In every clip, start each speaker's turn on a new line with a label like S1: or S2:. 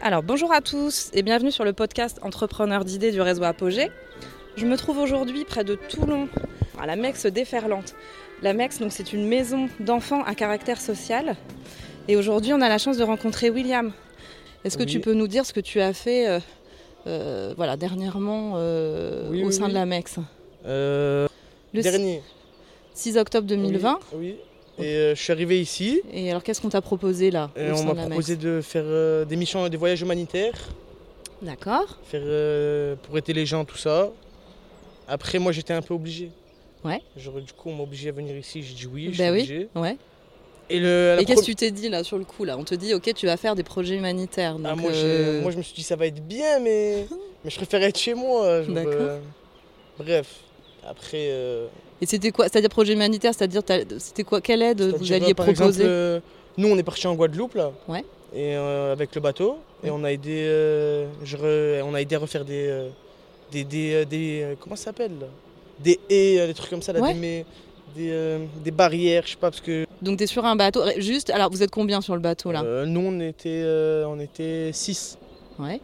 S1: Alors bonjour à tous et bienvenue sur le podcast Entrepreneur d'idées du réseau Apogée. Je me trouve aujourd'hui près de Toulon, à la Mex déferlante. La Mex, donc, c'est une maison d'enfants à caractère social. Et aujourd'hui, on a la chance de rencontrer William. Est-ce que
S2: Oui.
S1: tu peux nous dire ce que tu as fait euh, euh, voilà, dernièrement euh,
S2: Oui,
S1: au
S2: oui,
S1: sein
S2: oui.
S1: de la Mex
S2: Euh,
S1: Le
S2: dernier.
S1: 6 octobre 2020.
S2: Oui. oui. Et euh, je suis arrivé ici.
S1: Et alors, qu'est-ce qu'on t'a proposé là
S2: et
S1: au
S2: on
S1: sein
S2: m'a
S1: de la Mex
S2: proposé de faire euh, des missions, des voyages humanitaires,
S1: D'accord.
S2: faire euh, pour aider les gens, tout ça. Après, moi, j'étais un peu obligé.
S1: Ouais.
S2: Genre, du coup, on m'a obligé à venir ici. J'ai dit oui, je suis
S1: Ben oui.
S2: obligé.
S1: Ouais.
S2: Et, le, la
S1: Et qu'est-ce que
S2: pro-
S1: tu t'es dit là sur le coup là On te dit ok tu vas faire des projets humanitaires.
S2: Ah,
S1: donc,
S2: moi, j'ai-
S1: euh,
S2: moi, je me suis dit, ça va être bien, mais, mais je préfère être chez moi. genre,
S1: D'accord.
S2: euh, Bref. Après, euh,
S1: Et c'était quoi C'est-à-dire projet humanitaire, c'est-à-dire t'as- c'était quoi Quelle aide
S2: Donc,
S1: vous
S2: je dirais,
S1: alliez
S2: par
S1: proposer
S2: exemple, euh, nous, on est parti en Guadeloupe, là.
S1: Ouais.
S2: Et euh, avec le bateau.
S1: Ouais.
S2: Et on a aidé, euh, je re- on a aidé à refaire des. euh, des, des, euh, des, euh, comment ça s'appelle là Des haies, euh, des trucs comme ça, là,
S1: Ouais.
S2: des, mais- des, euh, des barrières, je sais pas, parce que.
S1: Donc t'es sur un bateau. Juste, alors vous êtes combien sur le bateau là
S2: euh, nous, on était, euh, on était six.
S1: Ouais.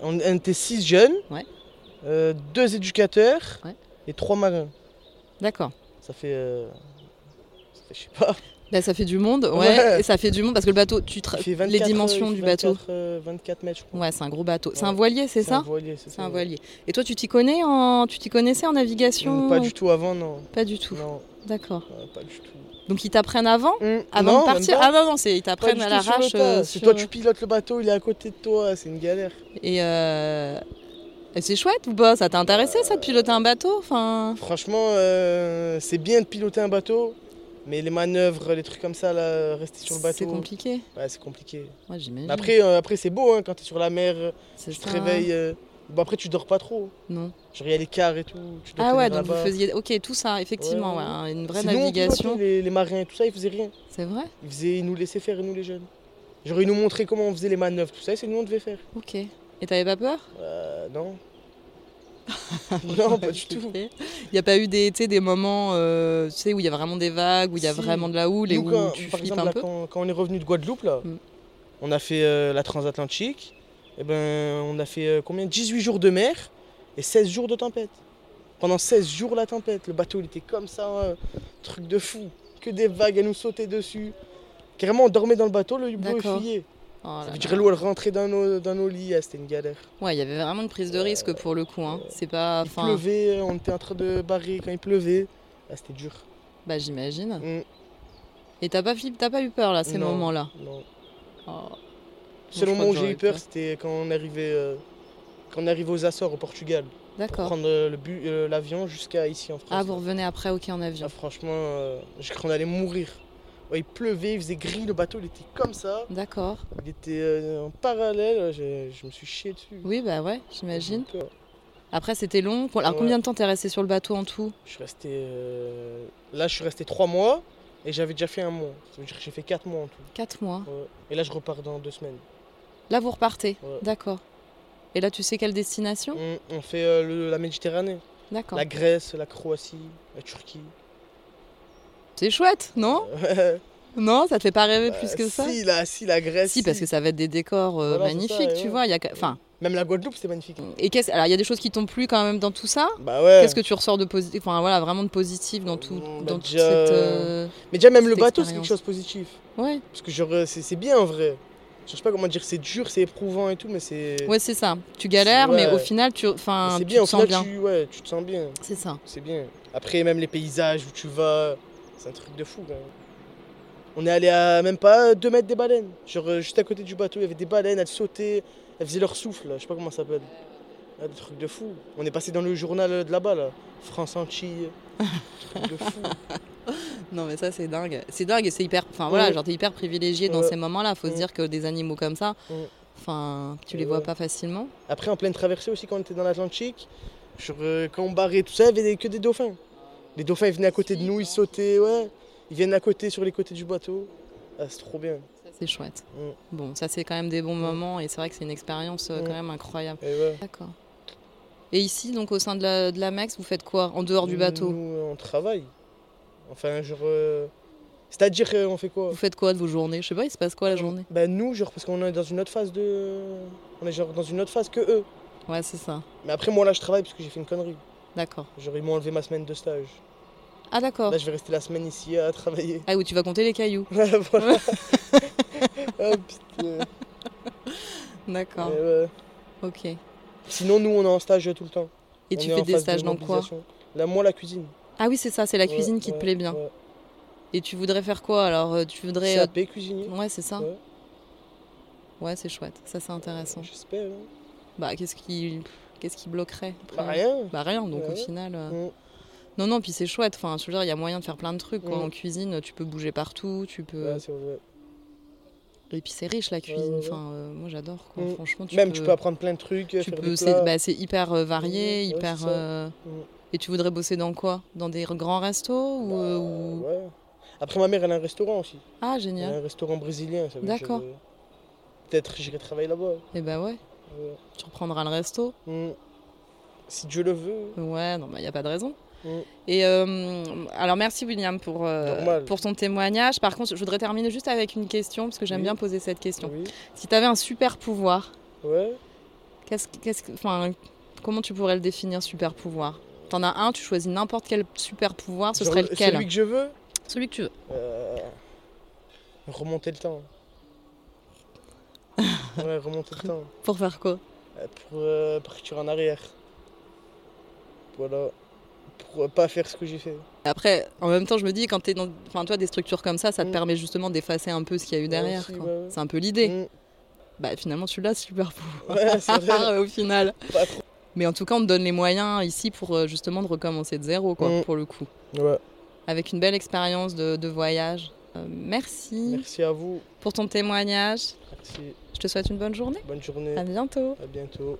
S2: On, on était six jeunes.
S1: Ouais.
S2: euh, deux éducateurs.
S1: Ouais.
S2: Et trois marins.
S1: D'accord.
S2: Ça fait. euh, ça fait, je sais pas.
S1: Là ça fait du monde. Ouais.
S2: Ouais.
S1: Et ça fait du monde parce que le bateau, tu tra-
S2: il fait 24,
S1: les dimensions
S2: euh, il
S1: du
S2: fait
S1: bateau.
S2: 24, euh, 24 mètres, je crois.
S1: Ouais, c'est un gros bateau. C'est
S2: Ouais.
S1: un voilier, c'est
S2: un
S1: ça
S2: voilier, c'est
S1: C'est un
S2: ça.
S1: voilier. Et toi tu t'y connais en, tu t'y connaissais en navigation
S2: Pas du tout avant, non.
S1: Pas du tout.
S2: Non,
S1: D'accord.
S2: euh, pas du tout.
S1: Donc ils t'apprennent avant Hum, Avant
S2: Non,
S1: de
S2: même
S1: partir
S2: pas.
S1: Ah non non, c'est ils
S2: Pas
S1: t'apprennent
S2: du
S1: à
S2: tout sur le
S1: l'arrache.
S2: tas.
S1: euh,
S2: C'est
S1: sur-
S2: toi, tu pilotes le bateau, il est à côté de toi, c'est une galère.
S1: Et, euh, et c'est chouette ou pas Ça t'a intéressé ça de piloter un bateau enfin...
S2: Franchement, euh, c'est bien de piloter un bateau, mais les manœuvres, les trucs comme ça, là, rester sur le bateau,
S1: C'est compliqué.
S2: ouais, c'est compliqué.
S1: Ouais, j'imagine.
S2: Mais après, euh, après c'est beau hein, quand t'es sur la mer, euh,
S1: C'est
S2: tu te
S1: ça.
S2: réveilles. euh, bon, après, tu dors pas trop.
S1: Non.
S2: Genre, il y a les cars et tout. Tu dois
S1: Ah
S2: tenir
S1: ouais, donc vous
S2: là-bas.
S1: faisiez. Ok, tout ça, effectivement,
S2: Ouais,
S1: ouais,
S2: ouais.
S1: hein, une vraie
S2: Sinon, on pilotait,
S1: navigation.
S2: les, les marins et tout ça, ils faisaient rien.
S1: C'est vrai
S2: Ils, faisaient, ils nous laissaient faire, nous les jeunes. Genre, ils nous montraient comment on faisait les manœuvres, tout ça, et c'est nous on devait faire.
S1: Ok. Et t'avais pas peur
S2: Euh, non. non, pas du tout.
S1: Il n'y a pas eu des, tu sais, des moments euh, tu sais, où il y a vraiment des vagues, où il y a
S2: Si.
S1: vraiment de la houle et
S2: Nous,
S1: où
S2: quand-
S1: tu
S2: par
S1: flippes
S2: exemple,
S1: un
S2: là,
S1: peu
S2: quand, quand on est revenu de Guadeloupe, là,
S1: Mm.
S2: on a fait euh, la transatlantique. Et ben, on a fait euh, combien 18 jours de mer et 16 jours de tempête. Pendant 16 jours, la tempête. Le bateau, il était comme ça, euh, truc de fou. Que des vagues, elles nous sautaient dessus. Carrément, on dormait dans le bateau, le hublot, il
S1: D'accord.
S2: fuyait.
S1: Oh
S2: Ça
S1: là
S2: veut
S1: là.
S2: dire, l'eau, elle rentrait dans nos, dans nos lits. Ah, C'était une galère.
S1: Ouais, il y avait vraiment une prise de risque pour le coup. Hein. C'est pas.
S2: Euh, Il
S1: Enfin,
S2: pleuvait, euh, on était en train de barrer quand il pleuvait. Ah, C'était dur.
S1: bah j'imagine.
S2: Mm,
S1: Et t'as pas, flippé- t'as pas eu peur là, ces
S2: Non.
S1: moments-là
S2: non.
S1: Oh.
S2: Le seul
S1: Moi, je crois
S2: moment où
S1: que
S2: j'ai
S1: j'aurais
S2: eu peur,
S1: peur.
S2: c'était quand on arrivait euh, quand on arrivait aux Açores, au Portugal. Pour
S1: D'accord.
S2: prendre euh, le bu- euh, l'avion jusqu'à ici en France.
S1: Ah, vous revenez après, ok, en avion.
S2: Ah, franchement, euh, j'ai cru qu'on allait mourir. Ouais, il pleuvait, il faisait gris, le bateau il était comme ça,
S1: D'accord.
S2: il était euh, en parallèle, je, je me suis chié dessus. euh,
S1: Oui, bah ouais, j'imagine.
S2: J'ai eu peur.
S1: Après, c'était long. Alors,
S2: Ouais.
S1: combien de temps t'es resté sur le bateau en tout
S2: Je suis resté. euh, Là, je suis resté trois mois et j'avais déjà fait un mois. Ça veut dire que j'ai fait quatre mois en tout.
S1: 4 mois.
S2: Ouais. Et là, je repars dans deux semaines.
S1: Là, vous repartez.
S2: Ouais.
S1: D'accord. Et là, tu sais quelle destination
S2: On, on fait euh, le- la Méditerranée,
S1: D'accord.
S2: la Grèce, la Croatie, la Turquie.
S1: C'est chouette, non Non, ça te fait pas rêver plus que ça
S2: Bah, Si, la, si, la Grèce.
S1: Si, parce que ça va être des décors euh,
S2: Voilà, c'est ça,
S1: magnifiques,
S2: et
S1: tu
S2: ouais.
S1: vois. il Y a... enfin,
S2: Même la Guadeloupe, c'était magnifique.
S1: et qu'est-ce... Alors, il y a des choses qui t'ont plu quand même dans tout ça
S2: Bah ouais.
S1: Qu'est-ce que tu ressors de positif Enfin, voilà, vraiment de positif dans, tout...
S2: Bah,
S1: dans toute
S2: déjà,
S1: cette. euh,
S2: Mais déjà, même le
S1: Cette
S2: bateau, c'est quelque
S1: expérience.
S2: chose de positif.
S1: Ouais.
S2: Parce que genre, euh, c'est c'est bien en vrai. Je sais pas comment dire, c'est dur, c'est éprouvant et tout, mais c'est.
S1: ouais, c'est ça. Tu galères, mais
S2: Ouais.
S1: au final, tu,
S2: mais
S1: enfin,
S2: c'est
S1: tu
S2: bien,
S1: te
S2: au
S1: sens
S2: final,
S1: bien.
S2: Tu, ouais, tu te sens bien.
S1: C'est ça.
S2: C'est bien. Après, même les paysages où tu vas, c'est un truc de fou quand même. On est allé à même pas 2 mètres des baleines. Genre, euh, juste à côté du bateau, il y avait des baleines, elles sautaient, elles faisaient leur souffle, là. je sais pas comment ça s'appelle. Ah, des trucs de fou. On est passé dans le journal euh, de là-bas, là. France Antilles. truc de fou.
S1: Non mais ça c'est dingue, c'est dingue et c'est hyper, enfin voilà,
S2: Ouais.
S1: genre t'es hyper privilégié dans
S2: Ouais.
S1: ces moments-là. Faut se
S2: Mm.
S1: dire que des animaux comme ça,
S2: Mm.
S1: enfin tu les
S2: Ouais.
S1: vois pas facilement.
S2: Après, en pleine traversée aussi, quand on était dans l'Atlantique, sur, euh, quand on barrait tout ça, il y avait des- que des dauphins. Les dauphins, ils venaient à côté de nous, ils sautaient, ouais. Ils viennent à côté, sur les côtés du bateau. Ah, c'est trop bien.
S1: C'est chouette.
S2: Mm.
S1: Bon, ça c'est quand même des bons moments et c'est vrai que c'est une expérience euh, quand
S2: Mm.
S1: même incroyable.
S2: Et ouais.
S1: D'accord. Et ici donc au sein de la,
S2: Mm.
S1: de la Mex, vous faites quoi en dehors du bateau
S2: Nous, euh, on travaille. Enfin, genre, euh, C'est-à-dire, euh, on fait quoi
S1: Vous faites quoi de vos journées Je sais pas, il se passe quoi la journée
S2: Ben nous, genre, parce qu'on est dans une autre phase de. On est genre dans une autre phase que eux.
S1: Ouais, c'est ça.
S2: Mais après, moi là, je travaille parce que j'ai fait une connerie.
S1: D'accord.
S2: Genre, ils m'ont enlevé ma semaine de stage.
S1: Ah, d'accord.
S2: Là, je vais rester la semaine ici à travailler.
S1: Ah, où tu vas compter les cailloux.
S2: Ouais, voilà. Ah, putain.
S1: D'accord.
S2: Mais ouais.
S1: Ok. Et
S2: Sinon, nous, on est en stage euh, tout le temps. On
S1: tu
S2: est
S1: fais
S2: en
S1: des
S2: phase de
S1: stages dans quoi
S2: mobilisation. Là, moi, la cuisine.
S1: Ah, oui, c'est ça, c'est la cuisine qui te plaît bien. Et tu voudrais faire quoi alors Euh, Tu voudrais.
S2: C'est CAP cuisinier.
S1: euh, Ouais, c'est ça.
S2: Ouais.
S1: Ouais, c'est chouette. Ça, c'est intéressant.
S2: J'espère. hein.
S1: Bah, qu'est-ce qui, qu'est-ce qui bloquerait
S2: Bah,
S1: après
S2: rien.
S1: Bah, rien, donc au
S2: Ouais.
S1: final. euh,
S2: Mm.
S1: Non, non, puis c'est chouette. Enfin, je veux dire, il y a moyen de faire plein de trucs. quoi.
S2: Mm.
S1: En cuisine, tu peux bouger partout, tu peux.
S2: Ouais, c'est vrai.
S1: Et puis c'est riche la cuisine.
S2: ouais, ouais.
S1: Enfin, euh, moi j'adore. quoi.
S2: Mm.
S1: Franchement, tu
S2: Même,
S1: peux.
S2: tu peux apprendre plein de trucs.
S1: tu
S2: faire
S1: peux-
S2: des
S1: c'est
S2: plats.
S1: bah, c'est hyper euh, varié,
S2: Mm, ouais,
S1: hyper.
S2: c'est ça.
S1: euh,
S2: Mm.
S1: Et tu voudrais bosser dans quoi Dans des grands restos ou, euh,
S2: Euh,
S1: ou-
S2: ouais. Après, ma mère, elle a un restaurant aussi.
S1: Ah
S2: Elle a
S1: génial.
S2: un restaurant brésilien. ça veut dire,
S1: D'accord.
S2: euh, Peut-être j'irai travailler là-bas.
S1: Et bah ouais.
S2: Ouais.
S1: Tu reprendras le resto.
S2: Mm. Si Dieu le veut.
S1: Ouais, non, il n'y a pas de raison.
S2: Mm.
S1: Et euh, alors, merci William pour, euh,
S2: Normal.
S1: pour ton témoignage. Par contre, je voudrais terminer juste avec une question, parce que j'aime
S2: Oui.
S1: bien poser cette question.
S2: Oui.
S1: Si tu avais un super pouvoir,
S2: Ouais.
S1: qu'est-ce, qu'est-ce, que- enfin, comment tu pourrais le définir, super pouvoir T'en as un, tu choisis n'importe quel super pouvoir, ce
S2: Genre,
S1: serait lequel
S2: Celui que je veux.
S1: Celui que tu veux.
S2: Euh, Remonter le temps. ouais, remonter le temps.
S1: Pour faire quoi
S2: Euh, Pour euh, partir en arrière. Voilà. Pour euh, pas faire ce que j'ai fait.
S1: Après, en même temps, je me dis, quand tu es dans enfin, toi, des structures comme ça, ça te
S2: Mm.
S1: permet justement d'effacer un peu ce qu'il y a eu derrière.
S2: aussi,
S1: quoi.
S2: ouais, ouais.
S1: C'est un peu l'idée.
S2: Mm.
S1: Bah, finalement, tu l'as, super
S2: Ouais, c'est vrai.
S1: pouvoir au final.
S2: Pas trop.
S1: Mais en tout cas, on te donne les moyens ici pour euh, justement de recommencer de zéro, quoi,
S2: Mm.
S1: pour le coup.
S2: Ouais.
S1: Avec une belle expérience de, de voyage. Euh, merci,
S2: Merci à vous.
S1: pour ton témoignage.
S2: Merci.
S1: Je te souhaite une bonne journée.
S2: Bonne journée.
S1: À bientôt.
S2: À bientôt.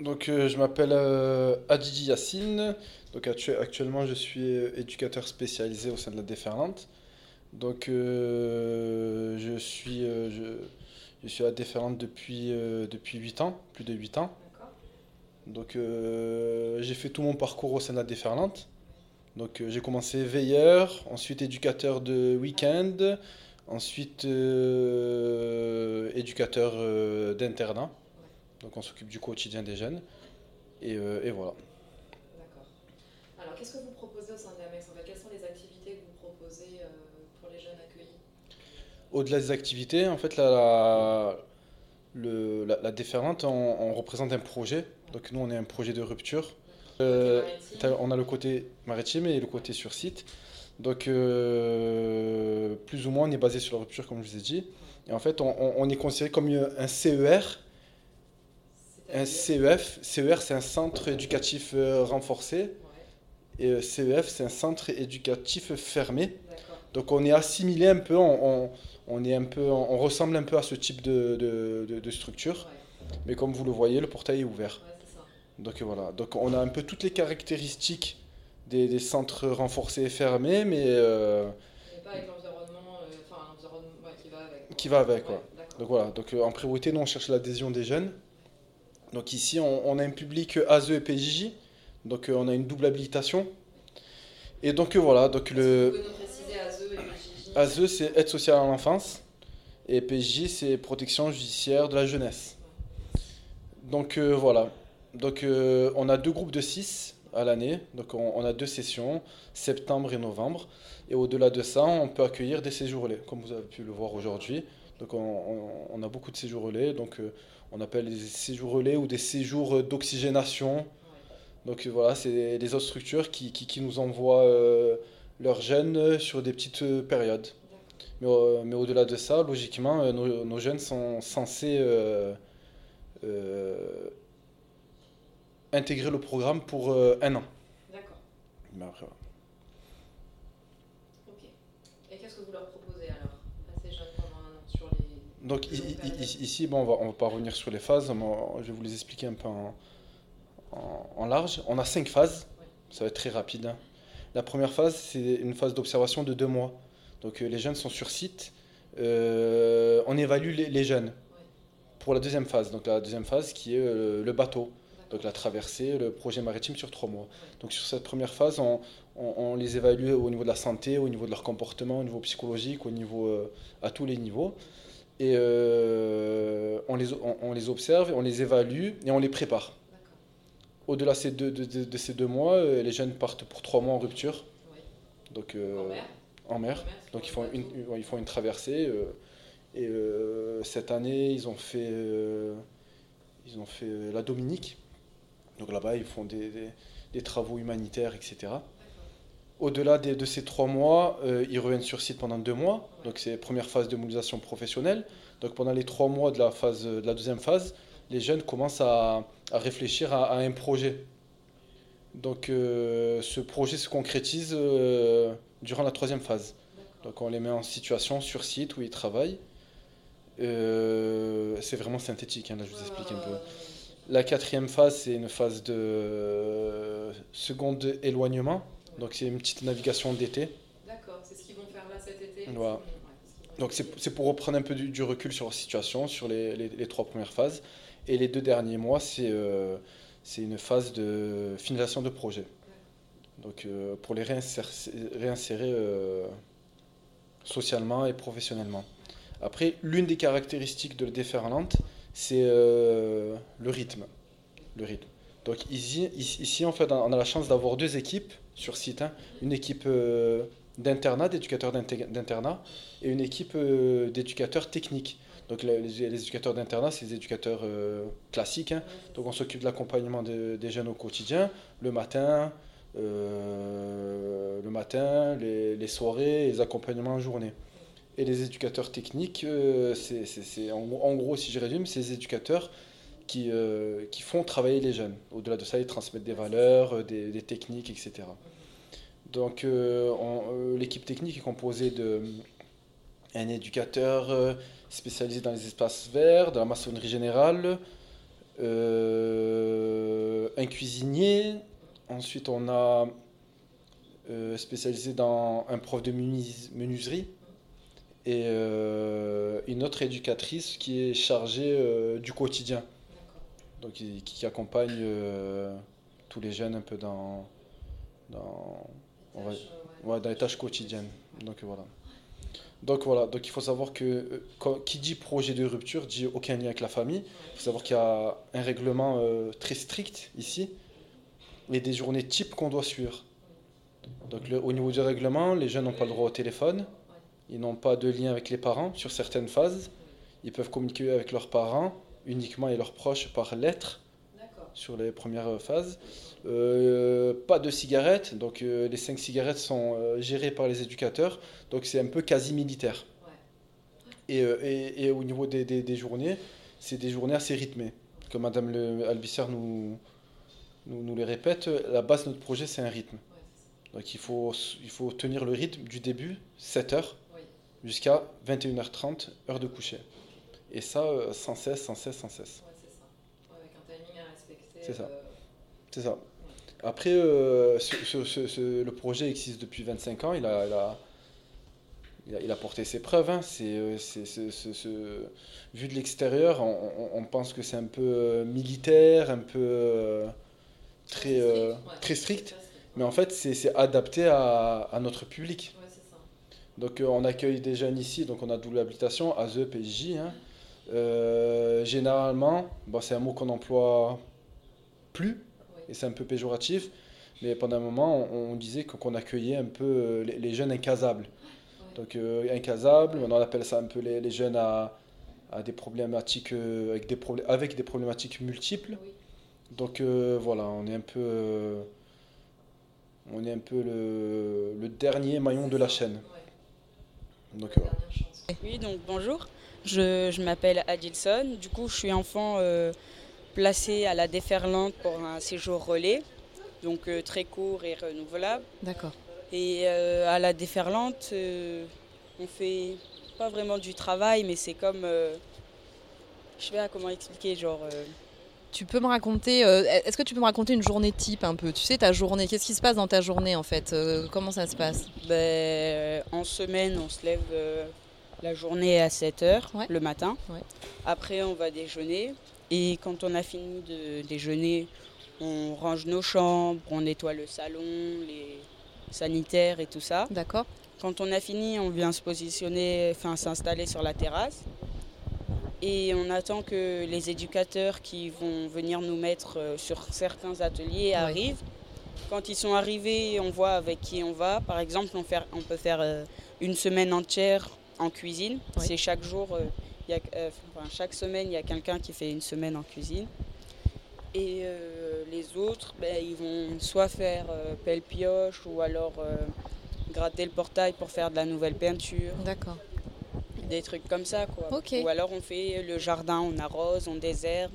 S3: Donc, euh, je m'appelle euh, Adjidji Yassine. Donc, actu- actuellement, je suis euh, éducateur spécialisé au sein de la Déferlante. Donc, euh, je suis, euh, je, je suis à la Déferlante depuis, euh, depuis 8 ans, plus de 8 ans. Donc, euh, j'ai fait tout mon parcours au sein de la Déferlante. Donc, euh, j'ai commencé veilleur, ensuite éducateur de week-end, ensuite euh, éducateur euh, d'internat. Donc on s'occupe du quotidien des jeunes. Et, euh, et voilà.
S1: Alors, qu'est-ce que vous proposez au sein de la MEX Quelles sont les activités que vous proposez euh, pour les jeunes accueillis
S3: Au-delà des activités, en fait, la, la, le- la, la déferlante, on, on représente un projet. Donc nous, on est un projet de rupture. Euh, t'as- on a le côté maritime et le côté sur site. Donc euh, plus ou moins, on est basé sur la rupture, comme je vous ai dit. Et en fait, on, on- on est considéré comme une- un CER. Un E CEF, CER c'est un centre éducatif euh, renforcé et euh, CEF c'est un centre éducatif fermé. Donc on est assimilé un peu, on, on- on est un peu, on, on ressemble un peu à ce type de, de- de- de structure. Mais comme vous le voyez, le portail est ouvert. Donc euh, voilà, donc on a un peu toutes les caractéristiques des, des centres renforcés et fermés, mais euh,
S1: pas avec l'environnement, euh, enfin, l'environnement qui va avec.
S3: qui va avec. Quoi. Donc voilà, donc euh, en priorité, nous on cherche l'adhésion des jeunes. Donc ici, on, on a un public euh, ASE et PJJ, donc euh, on a une double habilitation. Et donc euh, voilà, donc le Ah.
S1: nous préciser à eux et Gigi
S3: ASE c'est aide sociale à l'enfance et PJJ c'est protection judiciaire de la jeunesse. Donc euh, voilà, donc euh, on a deux groupes de 6 à l'année, donc on, on a deux sessions, septembre et novembre. Et au-delà de ça, on peut accueillir des séjours relais, comme vous avez pu le voir aujourd'hui. Donc on, on- on a beaucoup de séjours relais, donc euh, on appelle les séjours relais ou des séjours euh, d'oxygénation. Donc euh, voilà, c'est les autres structures qui, qui- qui nous envoient euh, leurs jeunes euh, sur des petites euh, périodes. Mais, euh, mais au-delà de ça, logiquement, euh, nos, nos jeunes sont censés euh, euh, intégrer le programme pour euh, un an.
S1: D'accord,
S3: Mais après, voilà.
S1: ok. Et qu'est-ce que vous leur proposez alors à ces jeunes pendant un an sur les.
S3: Donc i- i- i- ici, bon, on va, on va pas revenir sur les phases, mais on- je vais vous les expliquer un peu en, en- en large. On a cinq phases, ça va être très rapide. hein. La première phase, c'est une phase d'observation de deux mois. Donc euh, les jeunes sont sur site, Euh, on évalue les, les jeunes. Pour la deuxième phase, donc la deuxième phase qui est euh, le bateau. donc la traversée, le projet maritime sur trois mois. Donc sur cette première phase, on, on- on les évalue au niveau de la santé, au niveau de leur comportement, au niveau psychologique, au niveau, euh, à tous les niveaux. Et euh, on, les, on, on les observe, on les évalue et on les prépare. Au-delà de ces deux- de, de- de ces deux mois, euh, les jeunes partent pour trois mois en rupture. Donc, euh, en mer. Donc ils font une, une- ils font une traversée. euh, et euh, cette année, ils ont fait, euh, ils ont fait euh, la Dominique. Donc là-bas, ils font des, des- des travaux humanitaires, etc. Au-delà des- de ces trois mois, euh, ils reviennent sur site pendant deux mois. Donc c'est la première phase de mobilisation professionnelle. Donc pendant les trois mois de la, phase, de la deuxième phase, les jeunes commencent à, à réfléchir à, à un projet. Donc euh, ce projet se concrétise euh, durant la troisième phase. Donc on les met en situation sur site où ils travaillent. Euh, c'est vraiment synthétique, hein, là je vous explique un peu. La quatrième phase, c'est une phase de euh, seconde éloignement. Donc c'est une petite navigation d'été.
S4: D'accord, c'est ce qu'ils vont faire là cet été.
S3: Voilà. Donc c'est c'est pour reprendre un peu du, du recul sur la situation, sur les, les- les trois premières phases. Et les deux derniers mois, c'est euh, c'est une phase de finalisation de projet. Donc euh, pour les réinsér- réinsérer euh, socialement et professionnellement. Après, l'une des caractéristiques de la déferlante, c'est euh, le rythme. Le rythme. Donc ici, ici, ici, en fait, on a la chance d'avoir deux équipes sur site. hein. Une équipe euh, d'internat, d'éducateurs d'inté- d'internat, et une équipe euh, d'éducateurs techniques. Donc les, les- les éducateurs d'internat, c'est des éducateurs euh, classiques. hein. Donc on s'occupe de l'accompagnement de- des jeunes au quotidien, le matin, euh, le matin, les, les soirées, les accompagnements en journée. Et les éducateurs techniques, euh, c'est, c'est- c'est- en, en gros, si je résume, c'est les éducateurs qui, euh, qui font travailler les jeunes. Au-delà de ça, ils transmettent des valeurs, euh, des, des techniques, etc. Donc euh, on- euh, l'équipe technique est composée de euh, un éducateur euh, spécialisé dans les espaces verts, de la maçonnerie générale, euh, un cuisinier, ensuite on a euh, spécialisé dans un prof de munis- menuiserie et euh, une autre éducatrice qui est chargée euh, du quotidien, donc qui, qui accompagne euh, tous les jeunes un peu dans, dans,
S4: Ah,
S3: on va- ouais, dans les tâches quotidiennes. Donc voilà. Donc voilà, donc il faut savoir que euh, quand- qui dit projet de rupture dit aucun lien avec la famille. Il faut savoir qu'il y a un règlement euh, très strict ici et des journées types qu'on doit suivre. Donc le- au niveau du règlement, les jeunes n'ont pas le droit au téléphone, ils n'ont pas de lien avec les parents sur certaines phases. Ils peuvent communiquer avec leurs parents uniquement et leurs proches par lettre sur les premières euh, phases. Euh, pas de cigarettes, donc euh, les cinq cigarettes sont euh, gérées par les éducateurs, donc c'est un peu quasi militaire. Et, euh, et- et au niveau des, des- des journées, c'est des journées assez rythmées. Comme Madame le Albissard nous, nous, nous les répète, euh, la base de notre projet, c'est un rythme. Donc il faut, s- il faut tenir le rythme du début, 7h,
S4: Oui.
S3: jusqu'à 21h30, heure de coucher. Et ça, euh, sans cesse, sans cesse, sans cesse.
S4: Avec un timing à respecter. euh,
S3: C'est ça. C'est ça. Après, euh, ce- ce- ce- ce- le projet existe depuis 25 ans. Il a, il a, il a, il a porté ses preuves. hein. C'est, euh, c'est- c'est- c'est- ce- Vu de l'extérieur, on, on- on pense que c'est un peu euh, militaire, un peu euh, très, euh, très strict. Mais en fait, c'est c'est adapté à, à notre public.
S4: Ouais, c'est ça.
S3: Donc euh, on accueille des jeunes ici, donc on a double habilitation, ASE, PJ. hein. Euh, généralement, bon, c'est un mot qu'on emploie plus, et c'est un peu péjoratif, mais pendant un moment, on, on disait que- qu'on accueillait un peu euh, les, les jeunes incasables. Donc euh, incasables, on appelle ça un peu les, les jeunes à, à des problématiques, euh, avec, des problé- avec des problématiques multiples.
S4: Oui.
S3: Donc euh, voilà, on est un peu, euh, on est un peu le, le dernier maillon de la chaîne. Donc, euh,
S4: Dernière chance.
S5: Oui, donc bonjour. Je, je m'appelle Adilson. Du coup, je suis enfant euh, placé à la déferlante pour un séjour relais, donc euh, très court et renouvelable.
S6: D'accord.
S5: Et euh, à la déferlante, euh, on fait pas vraiment du travail, mais c'est comme. euh, je sais pas comment expliquer, genre. euh,
S6: Tu peux me raconter, euh, est-ce que tu peux me raconter une journée type un peu Tu sais, ta journée, qu'est-ce qui se passe dans ta journée en fait Euh, Comment ça se passe
S5: Ben, en semaine, on se lève euh, la journée à 7h
S6: Ouais.
S5: le matin.
S6: Ouais.
S5: Après, on va déjeuner. Et quand on a fini de déjeuner, on range nos chambres, on nettoie le salon, les sanitaires et tout ça.
S6: D'accord.
S5: Quand on a fini, on vient se positionner, enfin s'installer sur la terrasse. Et on attend que les éducateurs qui vont venir nous mettre euh, sur certains ateliers
S6: Ouais.
S5: arrivent. Quand ils sont arrivés, on voit avec qui on va. Par exemple, on, faire- on peut faire euh, une semaine entière en cuisine.
S6: Ouais.
S5: C'est chaque jour, euh, il y a- euh, enfin, chaque semaine, il y a quelqu'un qui fait une semaine en cuisine. Et euh, les autres, ben, ils vont soit faire euh, pelle-pioche ou alors euh, gratter le portail pour faire de la nouvelle peinture
S6: D'accord.
S5: des trucs comme ça quoi.
S6: Ok.
S5: Ou alors on fait le jardin, on arrose, on désherbe.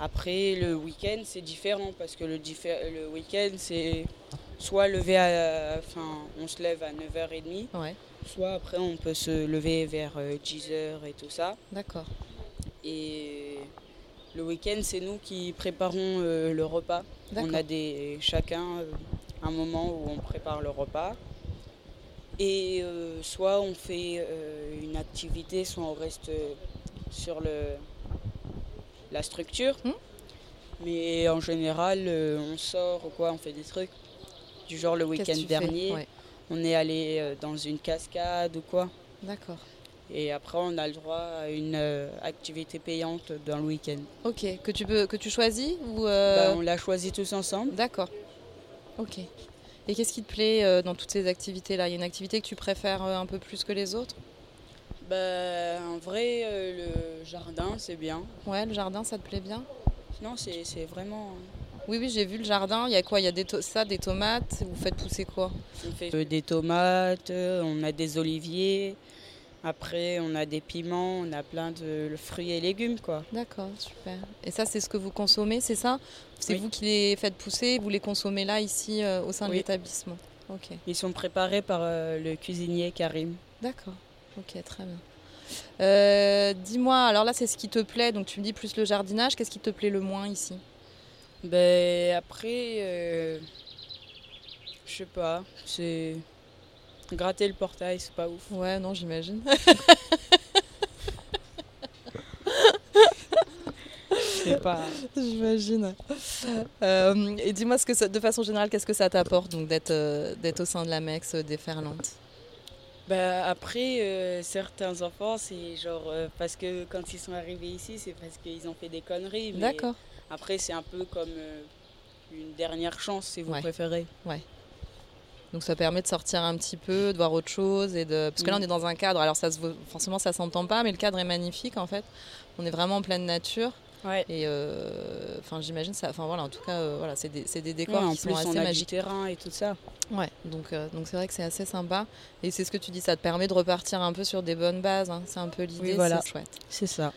S5: Après le week-end c'est différent parce que le, diffé- le week-end c'est soit lever à... Enfin on se lève à 9h30,
S6: Ouais.
S5: soit après on peut se lever vers euh, 10h et tout ça.
S6: D'accord.
S5: Et le week-end c'est nous qui préparons euh, le repas. On
S6: D'accord.
S5: a des, chacun euh, un moment où on prépare le repas. Et euh, soit on fait euh, une activité, soit on reste euh, sur le, la structure.
S6: Hmm.
S5: Mais en général, euh, on sort ou quoi, on fait des trucs. Du genre le
S6: Qu'est-ce que
S5: week-end
S6: tu fais
S5: dernier,
S6: Ouais.
S5: on est allé euh, dans une cascade ou quoi.
S6: D'accord.
S5: Et après, on a le droit à une euh, activité payante dans le week-end.
S6: Ok. Que tu peux, que tu choisis ou euh,
S5: Bah, on l'a choisi tous ensemble.
S6: D'accord. Ok. Et qu'est-ce qui te plaît euh, dans toutes ces activités-là Il y a une activité que tu préfères euh, un peu plus que les autres
S5: Bah, en vrai, euh, le jardin, c'est bien.
S6: Ouais, le jardin, ça te plaît bien
S5: Non, c'est c'est vraiment. hein.
S6: Oui, oui, j'ai vu le jardin. Il y a quoi Il y a des to- ça, des tomates Vous faites pousser quoi
S5: On fait euh, des tomates, euh, on a des oliviers, après on a des piments, on a plein de le- fruits et légumes quoi.
S6: D'accord, super. Et ça, c'est ce que vous consommez, c'est ça C'est
S5: Oui.
S6: vous qui les faites pousser, vous les consommez là, ici, euh, au sein de
S5: Oui.
S6: l'établissement Ok,
S5: Ils sont préparés par euh, le cuisinier Karim.
S6: d'accord. Ok, très bien. Euh, Dis-moi, alors là, c'est ce qui te plaît, donc tu me dis plus le jardinage, qu'est-ce qui te plaît le moins ici
S5: Ben après, euh, je sais pas, c'est gratter le portail, c'est pas ouf.
S6: Ouais, non, j'imagine.
S5: C'est pas.
S6: j'imagine. Euh, et dis-moi, ce que ça- de façon générale, qu'est-ce que ça t'apporte donc d'être euh, d'être au sein de la MEX euh, déferlante
S5: Bah, après, euh, certains enfants, c'est genre euh, parce que quand ils sont arrivés ici, c'est parce qu'ils ont fait des conneries. mais
S6: D'accord.
S5: Après, c'est un peu comme euh, une dernière chance, si vous
S6: Ouais.
S5: préférez.
S6: Donc ça permet de sortir un petit peu, de voir autre chose et de parce que là on
S5: Mm.
S6: est dans un cadre. Alors ça se voit- forcément ça s'entend pas, mais le cadre est magnifique en fait. On est vraiment en pleine nature
S5: Ouais.
S6: et euh, enfin j'imagine ça. Enfin voilà en tout cas euh, voilà c'est des, c'est des décors
S5: en
S6: qui
S5: plus,
S6: sont assez
S5: on a
S6: magiques.
S5: du terrain et tout ça.
S6: Ouais. Donc euh, donc c'est vrai que c'est assez sympa et c'est ce que tu dis ça te permet de repartir un peu sur des bonnes bases. hein. C'est un peu l'idée.
S5: voilà.
S6: C'est chouette.
S5: C'est ça.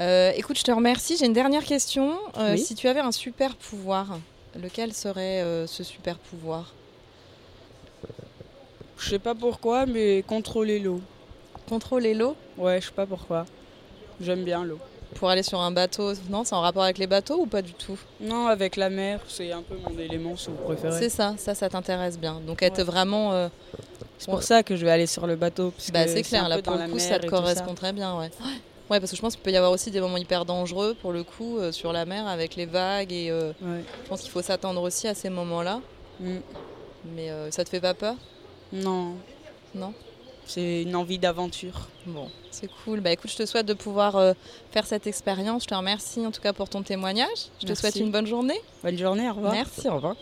S6: Euh, écoute je te remercie. J'ai une dernière question. Euh,
S5: Oui.
S6: Si tu avais un super pouvoir, lequel serait euh, ce super pouvoir
S5: Je sais pas pourquoi, mais contrôler l'eau.
S6: Contrôler l'eau
S5: Ouais, je sais pas pourquoi. J'aime bien l'eau.
S6: pour aller sur un bateau Non, c'est en rapport avec les bateaux ou pas du tout
S5: Non, avec la mer, c'est un peu mon élément, si vous préférez.
S6: C'est ça, ça, ça t'intéresse bien. Donc être
S5: Ouais.
S6: vraiment, euh,
S5: C'est pour ça que je vais aller sur le bateau. Parce
S6: bah,
S5: que
S6: c'est clair.
S5: un
S6: Là
S5: peu
S6: pour
S5: dans
S6: le
S5: la
S6: coup,
S5: mer
S6: ça
S5: et
S6: te
S5: tout ça.
S6: correspond très bien, ouais. Ouais, parce que je pense qu'il peut y avoir aussi des moments hyper dangereux pour le coup euh, sur la mer avec les vagues et euh,
S5: Ouais.
S6: je pense qu'il faut s'attendre aussi à ces moments-là.
S5: Mm.
S6: Mais euh, ça te fait pas peur
S5: Non.
S6: Non.
S5: C'est une envie d'aventure.
S6: Bon, c'est cool. Bah écoute, je te souhaite de pouvoir euh, faire cette expérience. Je te remercie en tout cas pour ton témoignage. Je te
S5: Merci.
S6: souhaite une bonne journée.
S5: Bonne journée, au revoir.
S6: Merci, au revoir.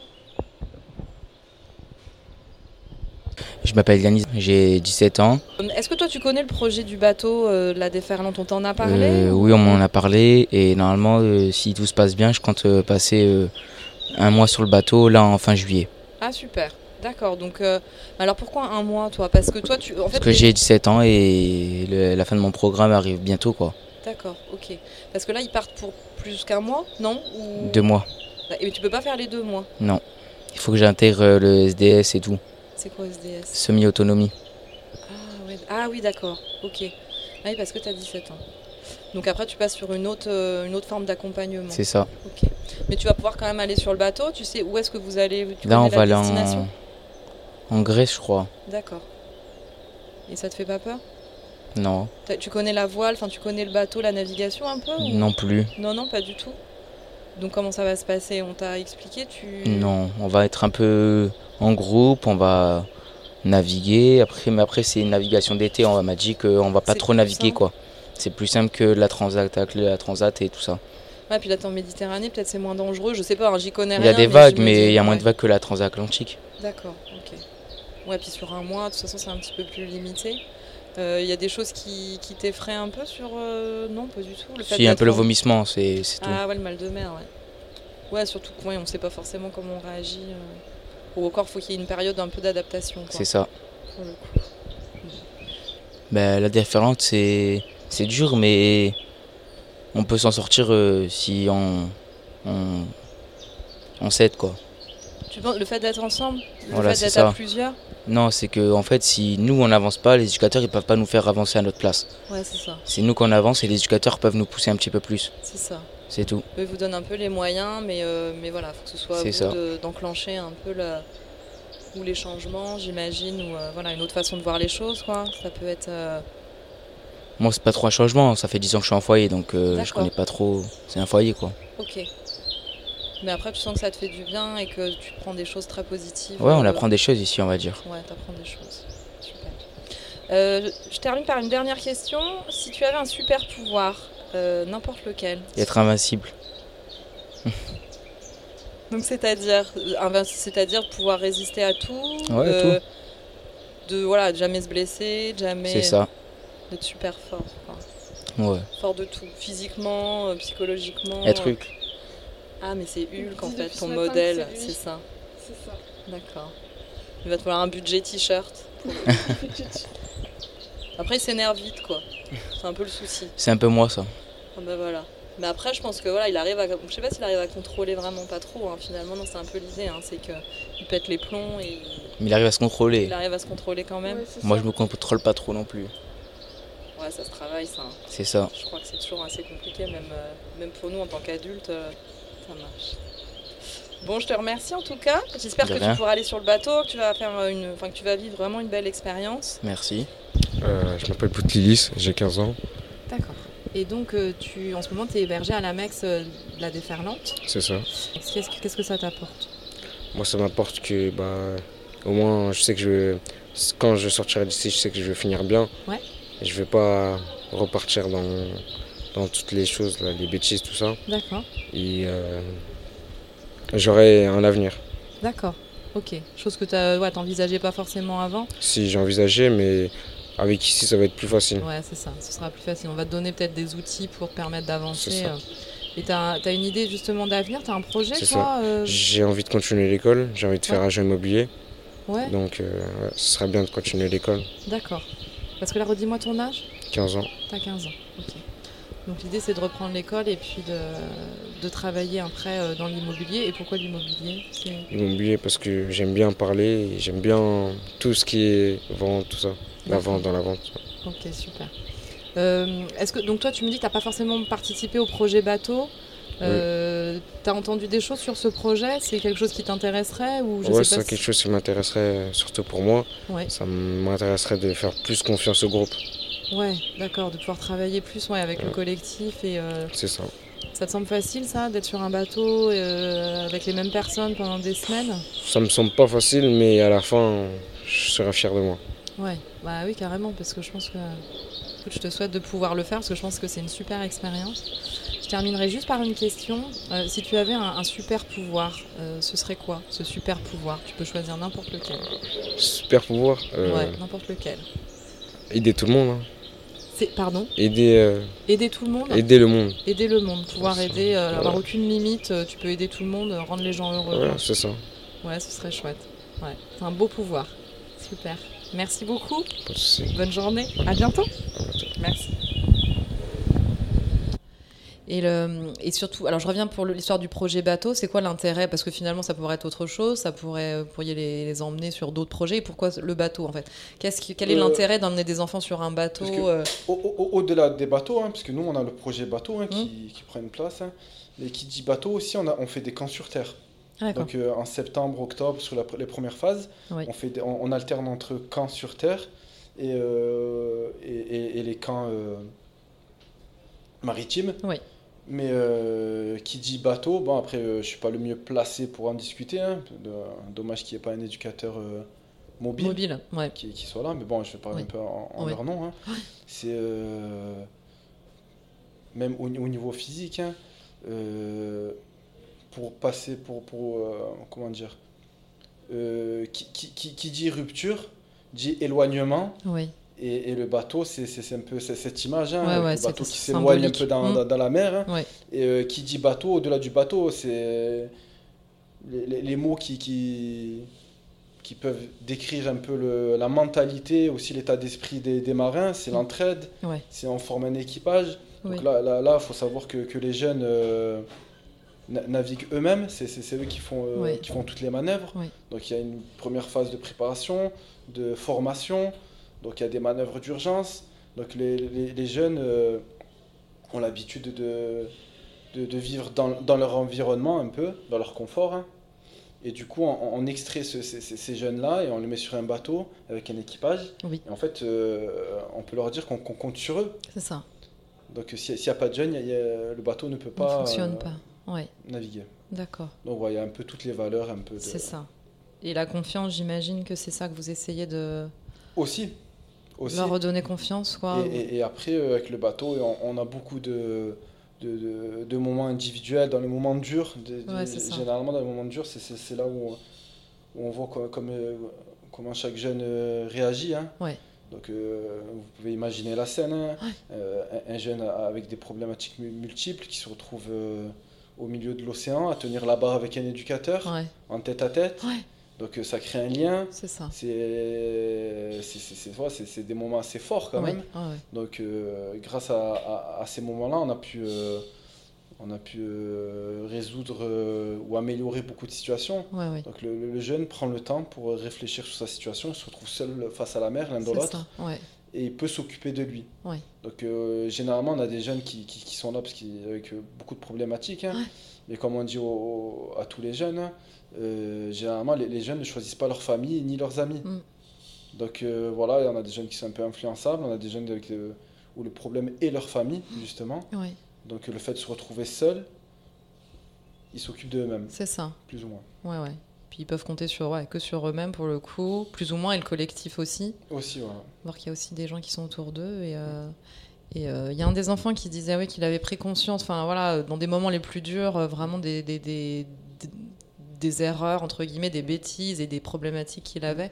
S7: Je m'appelle Yanis, j'ai 17 ans.
S6: Euh, Est-ce que toi tu connais le projet du bateau euh, de la déferlante On t'en a parlé
S7: Euh,
S6: ou-
S7: oui, on m'en a parlé et normalement, euh, si tout se passe bien, je compte euh, passer euh, un mois sur le bateau là en fin juillet.
S6: Ah super, d'accord. Donc euh, alors pourquoi un mois toi Parce que toi tu en fait
S7: Parce que
S6: les-
S7: j'ai 17 ans et le- la fin de mon programme arrive bientôt, quoi.
S6: D'accord, ok. Parce que là ils partent pour plus qu'un mois, non Ou-
S7: Deux mois.
S6: Bah, Et tu peux pas faire les deux mois.
S7: Il faut que j'intègre euh, le SDS et tout.
S6: C'est quoi SDS
S7: Semi-autonomie.
S6: Ah, ouais. Ah oui d'accord, ok. Ah oui parce que tu as 17 ans. Donc après tu passes sur une autre euh, une autre forme d'accompagnement.
S7: C'est ça.
S6: Ok. Mais tu vas pouvoir quand même aller sur le bateau. Tu sais où est-ce que vous allez tu
S7: Là, on
S6: connais
S7: va
S6: la
S7: aller en... euh,
S6: destination
S7: en Grèce, je crois.
S6: D'accord. Et ça te fait pas peur
S7: Non,
S1: T'as- Tu connais la voile, enfin tu connais le bateau, la navigation un peu
S6: Oh.
S1: ou-
S7: non plus.
S1: Non, non, pas du tout. Donc comment ça va se passer On t'a expliqué tu...
S7: Non, on va être un peu en groupe, on va naviguer. Après, mais après c'est une navigation d'été, on m'a dit qu'on va pas
S1: C'est
S7: trop
S1: plus
S7: naviguer
S1: simple.
S7: quoi. C'est plus simple que la transat, avec la transat et tout ça.
S1: Ouais, Ah, puis là t'es en Méditerranée, peut-être c'est moins dangereux, je sais pas, hein, j'y connais
S7: Il y a
S1: rien.
S7: des
S1: mais
S7: vagues,
S1: je me
S7: mais
S1: dis-
S7: il y a moins
S1: ouais.
S7: de vagues que la transatlantique.
S1: D'accord, ok. Ouais, puis sur un mois, de toute façon, c'est un petit peu plus limité. Euh, Il y a des choses qui, qui t'effraient un peu sur. euh, Non, pas du tout. Le fait
S7: Si, un
S1: d'être
S7: peu le
S1: en-
S7: vomissement, c'est c'est tout.
S1: Ah ouais, le mal de mer, ouais. Ouais, surtout qu'on on sait pas forcément comment on réagit. euh. Ou encore, faut qu'il y ait une période un peu d'adaptation. quoi.
S7: C'est ça.
S1: Pour le
S7: Ben, la déferlante, c'est c'est dur, mais on peut s'en sortir euh, si on, on, on s'aide, quoi.
S1: Tu penses le fait d'être ensemble Le
S7: Voilà,
S1: fait
S7: c'est
S1: d'être à
S7: ça.
S1: plusieurs
S7: Non, c'est que, en fait, si nous, on n'avance pas, les éducateurs, ils peuvent pas nous faire avancer à notre place.
S1: Ouais, c'est ça.
S7: C'est nous qu'on avance et les éducateurs peuvent nous pousser un petit peu plus.
S1: C'est ça.
S7: C'est tout.
S1: Eux, ils vous donnent un peu les moyens, mais, euh, mais voilà, faut que ce soit à
S7: C'est
S1: vous
S7: ça.
S1: de- d'enclencher un peu la, ou les changements, j'imagine, ou euh, voilà, une autre façon de voir les choses, quoi. Ça peut être. euh,
S7: Moi, c'est pas trop un changement. hein. Ça fait 10 ans que je suis en foyer, donc euh, je
S1: D'accord.
S7: connais pas trop. C'est un foyer, quoi.
S1: Ok. Mais après, tu sens que ça te fait du bien et que tu prends des choses très positives.
S7: Ouais, on
S1: euh,
S7: apprend des choses ici, on va dire.
S1: Ouais, t'apprends des choses. Super. Euh, je termine par une dernière question. Si tu avais un super pouvoir, euh, n'importe lequel.
S7: Être invincible.
S1: Donc c'est-à-dire, euh, invinci- c'est-à-dire pouvoir résister à tout.
S7: Ouais, à
S1: de, De voilà, de jamais se blesser, de jamais
S7: C'est ça.
S1: d'être super fort. quoi.
S7: Ouais.
S1: Fort de tout, physiquement, euh, psychologiquement.
S7: Être
S1: euh.
S7: Hulk.
S1: Ah mais c'est
S4: Il me
S1: Hulk en
S4: dit
S1: fait,
S4: depuis
S1: ton
S4: ce matin que
S1: modèle,
S4: c'est
S1: c'est
S4: lui.
S1: ça.
S4: C'est ça.
S1: D'accord. Il va te falloir un budget t-shirt. Après, il s'énerve vite, quoi. C'est un peu le souci.
S7: C'est un peu moi, ça.
S1: Ah bah voilà. Mais après, je pense que voilà, il arrive à. Je sais pas s'il arrive à contrôler vraiment pas trop. hein. Finalement, non, c'est un peu l'idée. hein. C'est que il pète les plombs et
S7: Mais il arrive à se contrôler.
S1: il arrive à se contrôler quand même.
S4: Ouais, c'est
S7: Moi,
S4: ça.
S7: je me contrôle pas trop non plus.
S1: Ouais, ça se travaille, ça. hein.
S7: C'est ça.
S1: Je crois que c'est toujours assez compliqué, même, euh, même pour nous en tant qu'adultes. euh, ça marche. Bon, je te remercie en tout cas. J'espère
S7: De
S1: que
S7: rien.
S1: tu pourras aller sur le bateau, que tu vas faire euh, une, enfin que tu vas vivre vraiment une belle expérience.
S7: Merci.
S8: Euh, je m'appelle Poutlilis, j'ai 15 ans,
S1: D'accord. Et donc, euh, tu, en ce moment, tu es hébergé à la MEX de la Déferlante.
S8: c'est ça.
S1: Qu'est-ce que, ça t'apporte
S8: Moi, ça m'apporte que, bah, au moins, je sais que je, quand je sortirai d'ici, je sais que je vais finir bien.
S1: Ouais.
S8: Et je vais pas repartir dans, dans toutes les choses, là, les bêtises, tout ça.
S1: D'accord.
S8: Et euh, j'aurai un avenir.
S1: D'accord, ok. Chose que tu ouais, t'envisageais pas forcément avant.
S8: Si j'ai envisagé, mais avec ici, ça va être plus facile.
S1: Ouais, c'est ça, ce sera plus facile. On va te donner peut-être des outils pour te permettre
S8: C'est
S1: d'avancer.
S8: ça.
S1: euh. Et t'as as une idée justement d'avenir T'as un projet,
S8: C'est
S1: toi euh,
S8: J'ai envie de continuer l'école, j'ai envie de faire
S1: Ouais.
S8: agent immobilier,
S1: Ouais,
S8: donc euh, ouais, ce serait bien de continuer l'école.
S1: d'accord. Parce que là, redis-moi ton âge
S8: 15 ans,
S1: T'as 15 ans, ok. Donc l'idée, c'est de reprendre l'école et puis de, de travailler après euh, dans l'immobilier. Et pourquoi l'immobilier C'est-
S8: immobilier, parce que j'aime bien parler, et j'aime bien tout ce qui est vente, tout ça. La vente, dans la vente.
S1: Ok, super. Euh, Est-ce que donc toi tu me dis que t'as pas forcément participé au projet bateau euh, T'as entendu des choses sur ce projet C'est quelque chose qui t'intéresserait ou je sais
S8: ouais, c'est
S1: pas
S8: quelque chose qui m'intéresserait, euh, surtout pour moi.
S1: Ouais.
S8: Ça m'intéresserait de faire plus confiance au groupe,
S1: si- Ouais, d'accord, de pouvoir travailler plus ouais, avec le
S8: Ouais.
S1: collectif et euh,
S8: c'est ça.
S1: ça te semble facile ça d'être sur un bateau euh, avec les mêmes personnes pendant des semaines
S8: Ça me semble pas facile, mais à la fin, je serai fier de moi.
S1: Ouais, bah oui carrément parce que je pense que écoute, je te souhaite de pouvoir le faire parce que je pense que c'est une super expérience. Je terminerai juste par une question. Euh, si tu avais un, un super pouvoir, euh, ce serait quoi ce super pouvoir Tu peux choisir n'importe lequel.
S8: Super pouvoir, euh,
S1: Ouais, n'importe lequel.
S8: aider tout le monde, hein.
S1: C'est pardon,
S8: aider, euh,
S1: aider tout le monde,
S8: aider le monde.
S1: aider le monde, pouvoir
S8: C'est ça.
S1: aider, euh,
S8: Ouais.
S1: avoir aucune limite, euh, tu peux aider tout le monde, euh, rendre les gens heureux.
S8: Voilà, c'est ça.
S1: quoi. Ouais, ce serait chouette. Ouais, c'est un beau pouvoir. Super. Merci beaucoup.
S8: Pas de souci.
S1: Bonne journée. À bientôt. Merci. Et, le, et surtout, alors je reviens pour le- l'histoire du projet bateau, c'est quoi l'intérêt Parce que finalement, ça pourrait être autre chose, ça pourrait, euh, vous pourriez les, les emmener sur d'autres projets. Et pourquoi le bateau en fait Qu'est-ce qui- Quel est
S3: Euh,
S1: l'intérêt d'emmener des enfants sur un bateau
S3: parce que-
S1: euh,
S3: Au- au- au- Au-delà des bateaux, hein, parce que nous, on a le projet bateau hein, qui, qui prend une place. hein. Et qui dit bateau aussi, on, a, on fait des camps sur terre.
S1: ah, d'accord.
S3: Donc euh, en septembre, octobre, sur la pr- les premières phases,
S1: Oui.
S3: on, fait des- on, on alterne entre camps sur terre et, euh, et, et- et les camps euh, maritimes.
S6: Oui.
S3: Mais euh, qui dit bateau, bon après euh, je suis pas le mieux placé pour en discuter. hein. De- dommage qu'il n'y ait pas un éducateur euh, mobile,
S6: Mobile, ouais.
S3: Qui, qui soit là, mais bon je vais parler
S6: Oui.
S3: un peu en, en
S6: Oui.
S3: leur nom. hein. C'est euh, même au, au niveau physique, hein, euh, pour passer, pour, pour euh, comment dire, euh, qui, qui- qui- qui dit rupture, dit éloignement.
S6: Oui.
S3: Et, et le bateau, c'est c'est- c'est un peu c'est cette image, hein,
S6: Ouais,
S3: avec
S6: ouais,
S3: le
S6: c'est-
S3: bateau qui
S6: c'est
S3: s'éloigne un
S6: symbolique.
S3: peu dans,
S6: Mm.
S3: dans- dans la mer. hein.
S6: Ouais.
S3: Et euh, qui dit bateau, au-delà du bateau, c'est les, les- les mots qui, qui, qui peuvent décrire un peu le- la mentalité, aussi l'état d'esprit des, des marins, c'est
S6: Mm.
S3: l'entraide,
S6: Ouais.
S3: c'est on forme un équipage.
S6: Oui.
S3: Donc là, il là, là, faut savoir que, que les jeunes euh, na- naviguent eux-mêmes, c'est c'est- c'est eux qui font, euh,
S6: Ouais.
S3: qui font toutes les manœuvres.
S6: Ouais.
S3: Donc il y a une première phase de préparation, de formation, donc il y a des manœuvres d'urgence. Donc les, les- les jeunes euh, ont l'habitude de, de, de vivre dans, dans leur environnement un peu, dans leur confort. hein. Et du coup, on, on extrait ce- ces, ces- ces jeunes-là et on les met sur un bateau avec un équipage.
S6: Oui.
S3: Et en fait, euh, on peut leur dire qu'on qu'on compte sur eux.
S6: C'est ça.
S3: Donc s'il n'y a, s'il y a pas de jeunes, il y a- il y a- le bateau ne peut
S6: On ne
S3: pas
S6: fonctionne
S3: euh,
S6: pas. Ouais.
S3: naviguer.
S6: D'accord.
S3: Donc voilà, il y a un peu toutes les valeurs, un peu de...
S6: C'est ça. Et la confiance, j'imagine que c'est ça que vous essayez de
S3: Aussi. Aussi.
S6: leur redonner confiance, quoi.
S3: Et, et- et après, euh, avec le bateau, on, on a beaucoup de, de, de- de moments individuels, dans les moments durs. de- de-
S6: Ouais, c'est ça.
S3: généralement, dans les moments durs, c'est- c'est c'est là où on, où on voit co- comme, euh, comment chaque jeune euh, réagit. hein.
S6: Ouais.
S3: Donc, euh, vous pouvez imaginer la scène. hein.
S6: Ouais.
S3: Euh, un- un, jeune a- avec des problématiques mu- multiples qui se retrouve euh, au milieu de l'océan à tenir la barre avec un éducateur,
S6: Ouais,
S3: en tête à tête.
S6: Ouais.
S3: Donc, euh, ça crée un lien.
S6: c'est ça.
S3: C'est c'est- c'est- c'est- ouais, c'est- c'est des moments assez forts quand
S6: Ouais,
S3: même.
S1: Ah
S6: ouais, ouais.
S3: Donc, euh, grâce à, à- à ces moments-là, on a pu, euh, on a pu euh, résoudre euh, ou améliorer beaucoup de situations.
S6: Ouais, ouais.
S3: Donc, le, le jeune prend le temps pour réfléchir sur sa situation. Il se retrouve seul face à la mer, l'un de
S6: C'est
S3: l'autre,
S6: ça. Ouais.
S3: et il peut s'occuper de lui.
S6: Ouais.
S3: Donc, euh, généralement, on a des jeunes qui, qui- qui sont là parce qu'ils- avec euh, beaucoup de problématiques. hein.
S6: Ouais.
S3: Mais comme on dit au- au- à tous les jeunes, hein, euh, généralement, les, les jeunes ne choisissent pas leur famille ni leurs amis.
S6: Mm.
S3: Donc euh, voilà, il y en a des jeunes qui sont un peu influençables, on a des jeunes avec, euh, où le problème est leur famille,
S6: Mm.
S3: justement.
S6: Ouais,
S3: Donc euh, le fait de se retrouver seul, ils s'occupent d'eux-mêmes,
S6: c'est ça.
S3: plus ou moins.
S6: Ouais, ouais. Puis ils peuvent compter sur, ouais, que sur eux-mêmes pour le coup, plus ou moins, et le collectif aussi.
S3: Aussi, voilà.
S6: Voir qu'il y a aussi des gens qui sont autour d'eux. Et euh, et, euh, il y a un des enfants qui disait oui, qu'il avait pris conscience, enfin voilà, dans des moments les plus durs, euh, vraiment des, des, des, des- des erreurs, entre guillemets, des bêtises et des problématiques qu'il avait.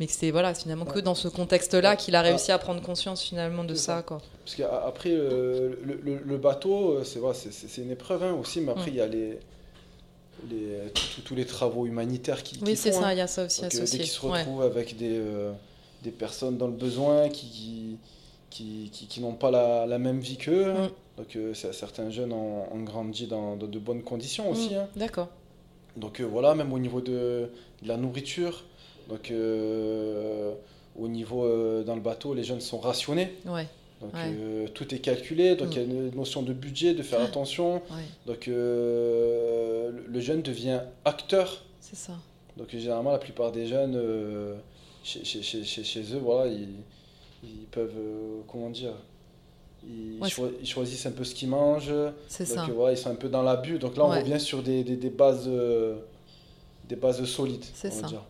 S6: Mais que c'est voilà, finalement que
S3: Ouais.
S6: dans ce contexte-là
S3: Ouais.
S6: qu'il a
S3: Ouais.
S6: réussi à prendre conscience finalement de
S3: C'est
S6: ça,
S3: ça.
S6: quoi.
S3: Parce qu'après, euh, le, le- le bateau, euh, c'est voilà, c'est- c'est- c'est une épreuve hein, aussi, mais après, il
S6: Mm.
S3: y a les, les, tous- tous les travaux humanitaires qui,
S6: Oui, c'est
S3: font,
S6: ça,
S3: hein.
S6: il y a ça aussi
S3: Donc, euh, dès
S6: associé.
S3: qu'ils se retrouvent avec des, euh, des personnes dans le besoin qui, qui, qui, qui n'ont pas la, la même vie qu'eux.
S6: Mm.
S3: Donc euh, c'est- certains jeunes ont, ont grandi dans, dans de bonnes
S6: Mm.
S3: conditions aussi. hein.
S6: D'accord.
S3: Donc euh, voilà, même au niveau de, de la nourriture. Donc euh, au niveau euh, dans le bateau, les jeunes sont rationnés.
S6: Ouais,
S3: Donc
S6: Ouais. Mm. Ah.
S3: euh, tout est calculé. Donc il y a une notion de budget, de faire attention.
S6: ouais,
S3: Donc euh, le- le jeune devient acteur.
S6: c'est ça.
S3: Bah, Donc généralement, la plupart des jeunes, euh, chez, chez- chez- chez- chez eux, voilà, ils, ils peuvent, euh, comment dire, ils,
S6: Ouais,
S3: choi- ils choisissent un peu ce qu'ils mangent.
S6: C'est
S3: Donc
S6: ça.
S3: euh, voilà, ils sont un peu dans l'abus. Donc là, on
S6: Ouais.
S3: revient sur des, des- des bases, euh, des bases solides,
S6: C'est
S3: on va
S6: ça.
S3: dire.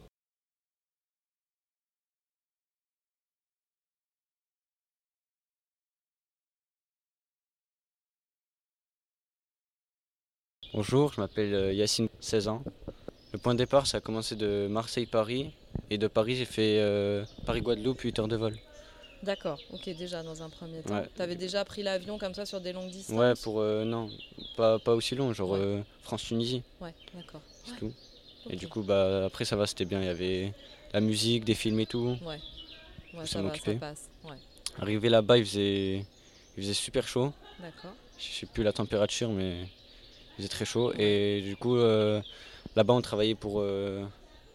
S8: Bonjour, je m'appelle euh, Yacine, 16 ans. Le point de départ, ça a commencé de Marseille-Paris. Et de Paris, j'ai fait euh, Paris-Guadeloupe, 8 heures de vol.
S6: D'accord, ok, déjà dans un premier temps.
S8: Ouais.
S6: T'avais déjà pris l'avion comme ça sur des longues distances
S8: Ouais, pour. euh, non, pas, pas aussi long, genre
S6: Ouais.
S8: euh, France-Tunisie,
S6: Ouais, d'accord.
S8: c'est
S6: Ouais,
S8: tout.
S6: ok.
S8: Et du coup, bah, après, ça va, c'était bien. Il y avait la musique, des films et tout.
S6: Ouais,
S8: ça
S6: ça va, ça
S8: m'occupait.
S6: passe. Ouais,
S8: Arrivé là-bas, il faisait, il faisait super chaud.
S6: d'accord.
S8: Je sais plus la température, mais il faisait très chaud. Et du coup, euh, là-bas, on travaillait pour euh,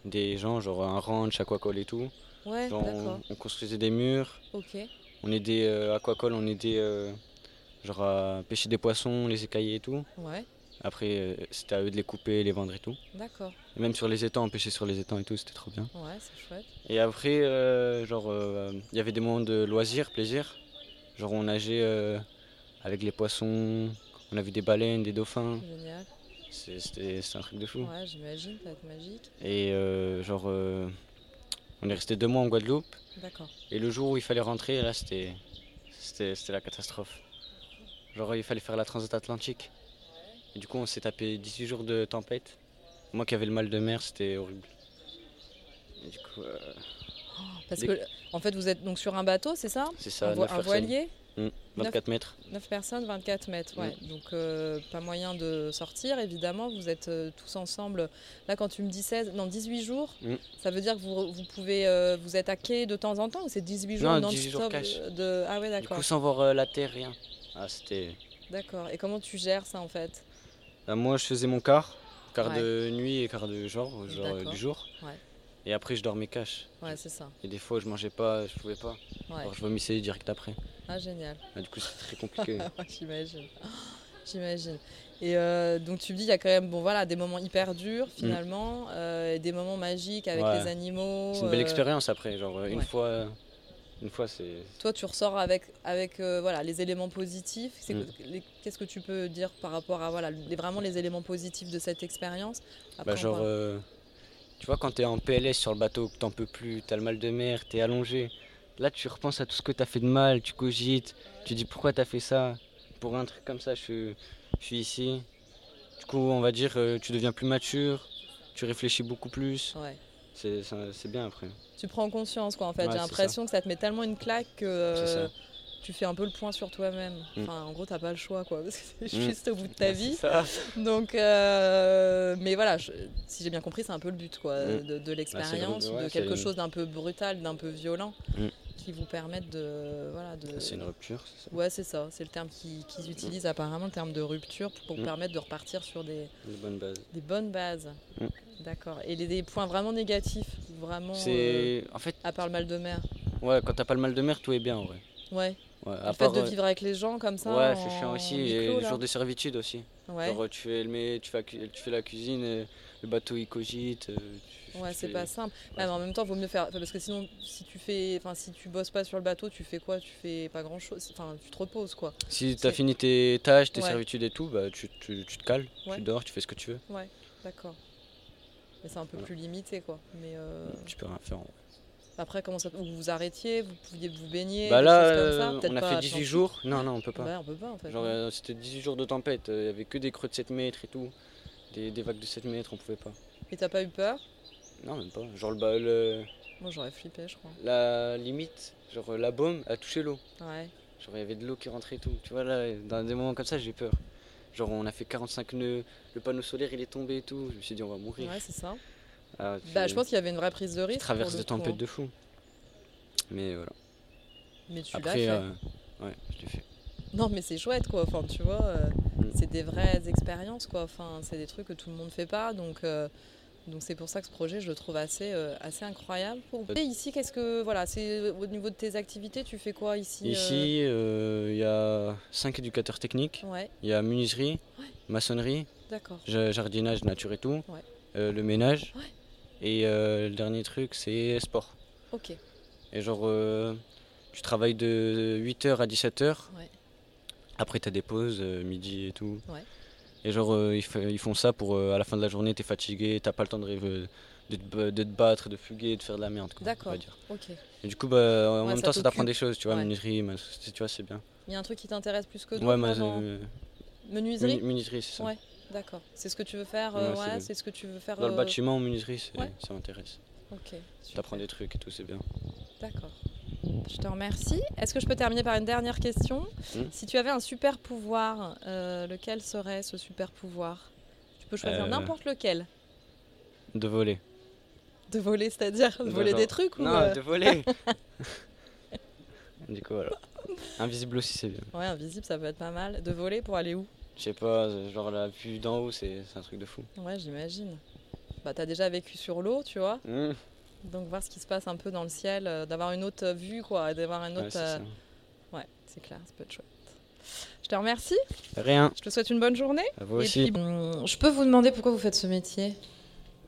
S8: des gens, genre un ranch, aquacole et tout.
S6: Ouais,
S8: Genre,
S6: d'accord,
S8: on, on construisait des murs.
S6: ok.
S8: On aidait euh, aquacole, on aidait euh, genre à pêcher des poissons, les écailler et tout.
S6: Ouais,
S8: Après, euh, c'était à eux de les couper, les vendre et tout.
S1: D'accord.
S8: Et même sur les étangs, on pêchait sur les étangs et tout, c'était trop bien.
S1: Ouais, c'est chouette.
S8: Et après, euh, genre, euh, il y avait des moments de loisirs, plaisir. Genre, on nageait euh, avec les poissons, on a vu des baleines, des dauphins.
S1: Génial.
S8: C'est- C'était c'était un truc de fou.
S1: Ouais, j'imagine, ça va être magique.
S8: Et euh, genre, euh, on est resté deux mois en Guadeloupe.
S1: D'accord.
S8: Et le jour où il fallait rentrer, là, c'était c'était c'était la catastrophe. Genre, il fallait faire la transat atlantique. Et du coup, on s'est tapé 18 jours de tempête. Moi qui avais le mal de mer, c'était horrible. Et du coup, euh,
S1: Parce
S8: Des-
S1: que, en fait, vous êtes donc sur un bateau, c'est ça
S8: c'est
S1: Un
S8: ça,
S1: vo-
S8: 9
S1: un
S8: personnes.
S1: voilier
S8: Mm, 24 mètres.
S1: 9 personnes, 24 mètres, ouais.
S8: Mm.
S1: Donc euh, pas moyen de sortir, évidemment. Vous êtes euh, tous ensemble. Là, quand tu me dis 16, non, 18 jours,
S8: Mm.
S1: ça veut dire que vous, vous pouvez euh, vous attaquer de temps en temps ou c'est 18 jours
S8: Non,
S1: non-stop
S8: 18 jours cash.
S1: de... Ah ouais,
S8: Du
S1: d'accord.
S8: coup, sans voir euh, la terre, rien. Ah, c'était.
S1: D'accord. Et comment tu gères ça, en fait
S8: Là, moi, je faisais mon quart, quart
S1: Ouais.
S8: de nuit et quart de genre, genre, euh,
S1: D'accord.
S8: du jour.
S1: Ouais.
S8: Et après, je dormais cash.
S1: Ouais, c'est ça.
S8: Et des fois, je mangeais pas, je pouvais pas.
S1: Ouais.
S8: Alors, je vomissais direct après.
S1: Ah, génial.
S8: Ah, du coup, c'était très compliqué.
S1: Ouais, J'imagine. J'imagine. Et euh, donc tu me dis, il y a quand même bon, voilà, des moments hyper durs finalement, euh, et des moments magiques avec
S8: Mm. Ouais.
S1: les animaux.
S8: C'est une belle
S1: euh,
S8: expérience après. Genre, euh, une
S1: ouais.
S8: fois, euh, une fois c'est.
S1: Toi, tu ressors avec, avec euh, voilà, les éléments positifs. C'est que-
S8: Mm.
S1: les- Qu'est-ce que tu peux dire par rapport à voilà, les- vraiment les éléments positifs de cette expérience Après,
S8: Bah,
S1: on
S8: genre,
S1: parle-
S8: euh, tu vois, quand t'es en PLS sur le bateau, que t'en peux plus, t'as le mal de mer, t'es allongé. Là, tu repenses à tout ce que t'as fait de mal, tu cogites, tu dis pourquoi t'as fait ça. Pour un truc comme ça, je, suis- je suis ici. Du coup, on va dire, euh, tu deviens plus mature, tu réfléchis beaucoup plus.
S1: Ouais.
S8: C'est ça- c'est bien après.
S1: Tu prends conscience, quoi, en fait.
S8: Ouais,
S1: J'ai
S8: c'est
S1: l'impression que ça te met tellement une claque que
S8: C'est ça.
S1: euh, tu fais un peu le point sur toi-même.
S8: Mm.
S1: Enfin, en gros, t'as pas le choix, quoi, parce que c'est
S8: Mm.
S1: juste au bout de ta
S8: Ouais, c'est
S1: vie.
S8: ça.
S1: Donc, euh, mais voilà, je- si j'ai bien compris, c'est un peu le but quoi,
S8: Mm.
S1: de, de l'expérience,
S8: ouais,
S1: de
S8: c'est
S1: quelque
S8: une-
S1: chose d'un peu brutal, d'un peu violent,
S8: Mm.
S1: qui vous permette de, voilà, de.
S8: C'est une rupture, c'est ça.
S1: Ouais, c'est ça, c'est le terme qu'ils qu'ils utilisent apparemment, le terme de rupture, pour
S8: Mm.
S1: permettre de repartir sur des,
S8: Une bonne base.
S1: des bonnes bases.
S8: Mm.
S1: D'accord. Et les, des points vraiment négatifs, vraiment. euh,
S8: C'est. En fait,
S1: à part le mal de mer.
S8: ouais, quand t'as pas le mal de mer, tout est bien en vrai.
S1: Ouais.
S8: Ouais,
S1: le
S8: à
S1: fait
S8: part,
S1: de
S8: euh,
S1: vivre avec les gens comme ça.
S8: Ouais,
S1: en
S8: c'est chiant aussi.
S1: huis
S8: Et
S1: clos,
S8: le
S1: là.
S8: jour de servitude aussi.
S1: Ouais.
S8: Genre, tu fais le mets, tu fais, la cu- tu fais la cuisine, euh, le bateau il cogite. euh, tu-
S1: Ouais,
S8: tu
S1: c'est
S8: fais-
S1: pas simple.
S8: ouais.
S1: Ouais, mais en même temps, vaut mieux faire. enfin, Parce que sinon, si tu fais, enfin, si tu bosses pas sur le bateau, tu fais quoi Tu fais pas grand chose. Enfin, tu te reposes quoi.
S8: Si t'as
S1: c'est-
S8: fini tes tâches, tes
S1: Ouais.
S8: servitudes et tout, bah tu, tu- tu te cales,
S1: Ouais.
S8: tu dors, tu fais ce que tu veux.
S1: D'accord. Mais c'est un peu
S8: Voilà.
S1: plus limité quoi. Mais euh,
S8: Tu peux rien faire. en vrai.
S1: après, comment ça Vous vous arrêtiez Vous pouviez vous baigner
S8: bah
S1: des
S8: là,
S1: choses comme ça
S8: euh,
S1: Peut-être
S8: on a
S1: pas
S8: fait
S1: à
S8: 18
S1: Atlantique.
S8: jours. Non, non, on peut pas.
S1: Ouais, on peut pas en fait.
S8: Genre, euh, c'était 18 jours de tempête, euh, il y avait que des creux de 7 mètres et tout. Des, des vagues de 7 mètres, on pouvait pas.
S1: Et t'as pas eu peur
S8: Non, même pas. Genre, le, ba- le-
S1: Moi, j'aurais flippé, je crois.
S8: la limite, genre euh, la baume a touché l'eau.
S1: Ouais.
S8: Genre, il y avait de l'eau qui rentrait et tout. Tu vois, là, dans des moments comme ça, j'ai peur. Genre, on a fait 45 nœuds, le panneau solaire il est tombé et tout. Je me suis dit, on va mourir.
S1: Ouais, c'est ça.
S8: Ah, tu-
S1: Bah, je pense qu'il y avait une vraie prise de
S8: tu
S1: risque. pour
S8: traverses
S1: le
S8: des
S1: coup, hein.
S8: tempêtes de fou. Mais voilà.
S1: Mais tu l'as
S8: Après,
S1: fait.
S8: euh, ouais, je l'ai fait.
S1: Non, mais c'est chouette, quoi. Enfin, tu vois, euh,
S8: Mm.
S1: c'est des vraies expériences, quoi. Enfin, c'est des trucs que tout le monde fait pas, donc. euh, donc c'est pour ça que ce projet, je le trouve assez, euh, assez incroyable. Pour... vous. Et ici, qu'est-ce que voilà, c'est euh, au niveau de tes activités, tu fais quoi ici euh
S8: Ici, euh, il y a 5 éducateurs techniques.
S1: Ouais,
S8: Il y a menuiserie, maçonnerie,
S1: d'accord.
S8: ja- jardinage, nature et tout.
S1: Ouais.
S8: euh, le ménage.
S1: Ouais.
S8: Et euh, le dernier truc, c'est sport.
S1: Ok.
S8: Et genre, euh, tu travailles de 8h à 17h.
S1: Ouais.
S8: Après, tu as des pauses, euh, midi et tout.
S1: Ouais.
S8: Et genre, euh, ils, fa- ils font ça pour euh, à la fin de la journée, t'es fatigué, t'as pas le temps de, rêver, de, te, ba- de te battre, de fuguer, de faire de la merde. quoi, on va
S1: D'accord.
S8: dire.
S1: Ok.
S8: Et du coup, bah, en
S1: Ouais,
S8: même
S1: ça
S8: temps, ça t'apprend
S1: t'occupe.
S8: des choses, tu vois,
S1: Ouais.
S8: menuiserie, ma- tu vois, c'est bien.
S1: Il y a un truc qui t'intéresse plus que d'autres
S8: Ouais, mais
S1: vraiment Menuiserie.
S8: menuiserie, c'est ça.
S1: Ouais. D'accord. C'est ce que tu veux faire. euh,
S8: Ouais, c'est
S1: ouais,
S8: le-
S1: c'est ce que tu veux faire.
S8: Dans le
S1: euh,
S8: bâtiment, menuiserie, c'est-
S1: ouais.
S8: ça m'intéresse.
S1: Ok. super.
S8: T'apprends des trucs et tout, c'est bien.
S1: D'accord. Je te remercie. Est-ce que je peux terminer par une dernière question
S8: Hmm.
S1: Si tu avais un super pouvoir, euh, lequel serait ce super pouvoir Tu peux choisir
S8: Euh.
S1: n'importe lequel.
S8: De voler.
S1: De voler, c'est-à-dire de
S8: Bah,
S1: voler
S8: genre-
S1: des trucs ou
S8: Non,
S1: euh,
S8: de voler Du coup, voilà. Invisible aussi, c'est bien.
S1: Ouais, invisible, ça peut être pas mal. De voler pour aller où
S8: Je sais pas, euh, genre la vue d'en haut, c'est c'est un truc de fou.
S1: Ouais, j'imagine. Bah, t'as déjà vécu sur l'eau, tu vois. Donc voir ce qui se passe un peu dans le ciel, euh, d'avoir une autre vue, quoi, d'avoir un
S8: Ouais,
S1: autre.
S8: c'est
S1: euh,
S8: ça.
S1: Ouais, c'est clair, ça peut être chouette. Je te remercie.
S8: Rien.
S1: Je te souhaite une bonne journée.
S8: À vous
S1: Et
S8: aussi.
S1: puis,
S6: Hum, Je peux vous demander pourquoi vous faites ce métier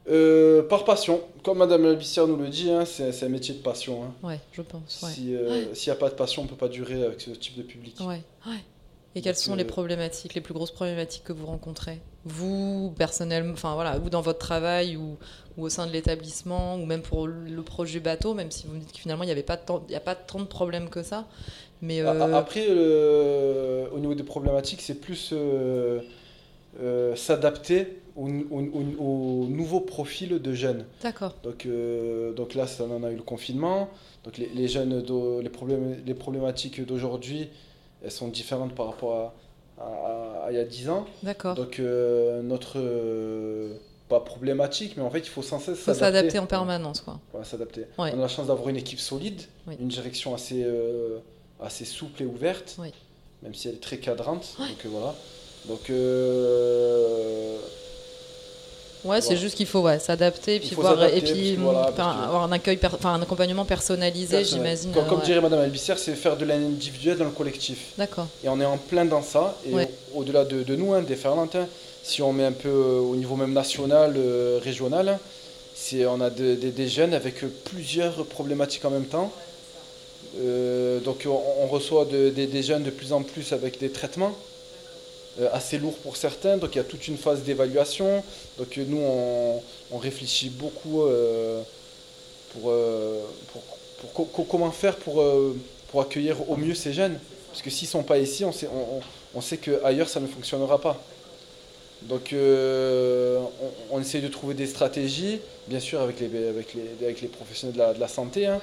S3: Euh, par passion, comme Madame Albissière nous le dit, hein, c'est c'est un métier de passion. hein.
S6: Ouais, je pense. Ouais.
S3: Si, euh, S'il n'y a pas de passion, on ne peut pas durer avec ce type de public.
S6: Ouais, ouais. Et quelles
S3: Donc,
S6: sont les
S3: euh,
S6: problématiques, les plus grosses problématiques que vous rencontrez Vous, personnellement, enfin voilà, ou dans votre travail, ou, ou au sein de l'établissement, ou même pour le projet bateau, même si vous me dites que finalement il n'y avait pas tant, il y a pas tant de problèmes que ça. Mais
S3: A- a-
S6: euh,
S3: Après, euh, au niveau des problématiques, c'est plus euh, euh, s'adapter aux nouveaux profils de jeunes.
S6: d'accord.
S3: Donc, euh, donc là, ça, on en a eu le confinement. Donc les, les jeunes, d'au- les, problèmes, les problématiques d'aujourd'hui, elles sont différentes par rapport à, à- à il y a 10 ans.
S6: D'accord.
S3: Donc euh, notre... euh, pas problématique, mais en fait, il faut sans cesse
S6: Il faut s'adapter en permanence, quoi.
S3: Ouais, s'adapter.
S6: Ouais.
S3: On a la chance d'avoir une équipe solide,
S6: Oui.
S3: une direction assez, euh, assez souple et ouverte,
S6: Oui.
S3: même si elle est très cadrante. Donc euh, voilà. Donc euh,
S6: Ouais, c'est
S3: Voilà.
S6: juste qu'il faut ouais, s'adapter et puis
S3: faut
S6: voir et
S3: s'adapter,
S6: puis
S3: parce que voilà,
S6: hum, enfin,
S3: parce que-
S6: avoir un accueil, per- enfin un accompagnement personnalisé,
S3: personnel.
S6: j'imagine.
S3: Comme,
S6: euh,
S3: comme
S6: ouais.
S3: dirait Madame Albissière, c'est faire de l'individuel dans le collectif.
S6: D'accord.
S3: Et on est en plein dans ça. Et
S6: Ouais.
S3: au- au-delà de, de nous, hein, des Ferlantins, si on met un peu euh, au niveau même national, euh, régional, hein, c'est, on a de- de- des jeunes avec euh, plusieurs problématiques en même temps. Euh, donc on, on reçoit de- des- des jeunes de plus en plus avec des traitements euh, assez lourds pour certains. Donc il y a toute une phase d'évaluation. Donc euh, nous, on, on réfléchit beaucoup euh, pour, euh, pour, pour co- co- comment faire pour, euh, pour accueillir au mieux ces jeunes. Parce que s'ils ne sont pas ici, on sait, on, on- on sait qu'ailleurs, ça ne fonctionnera pas. Donc euh, on, on essaie de trouver des stratégies, bien sûr avec les, avec les, avec les professionnels de la, de la santé, hein.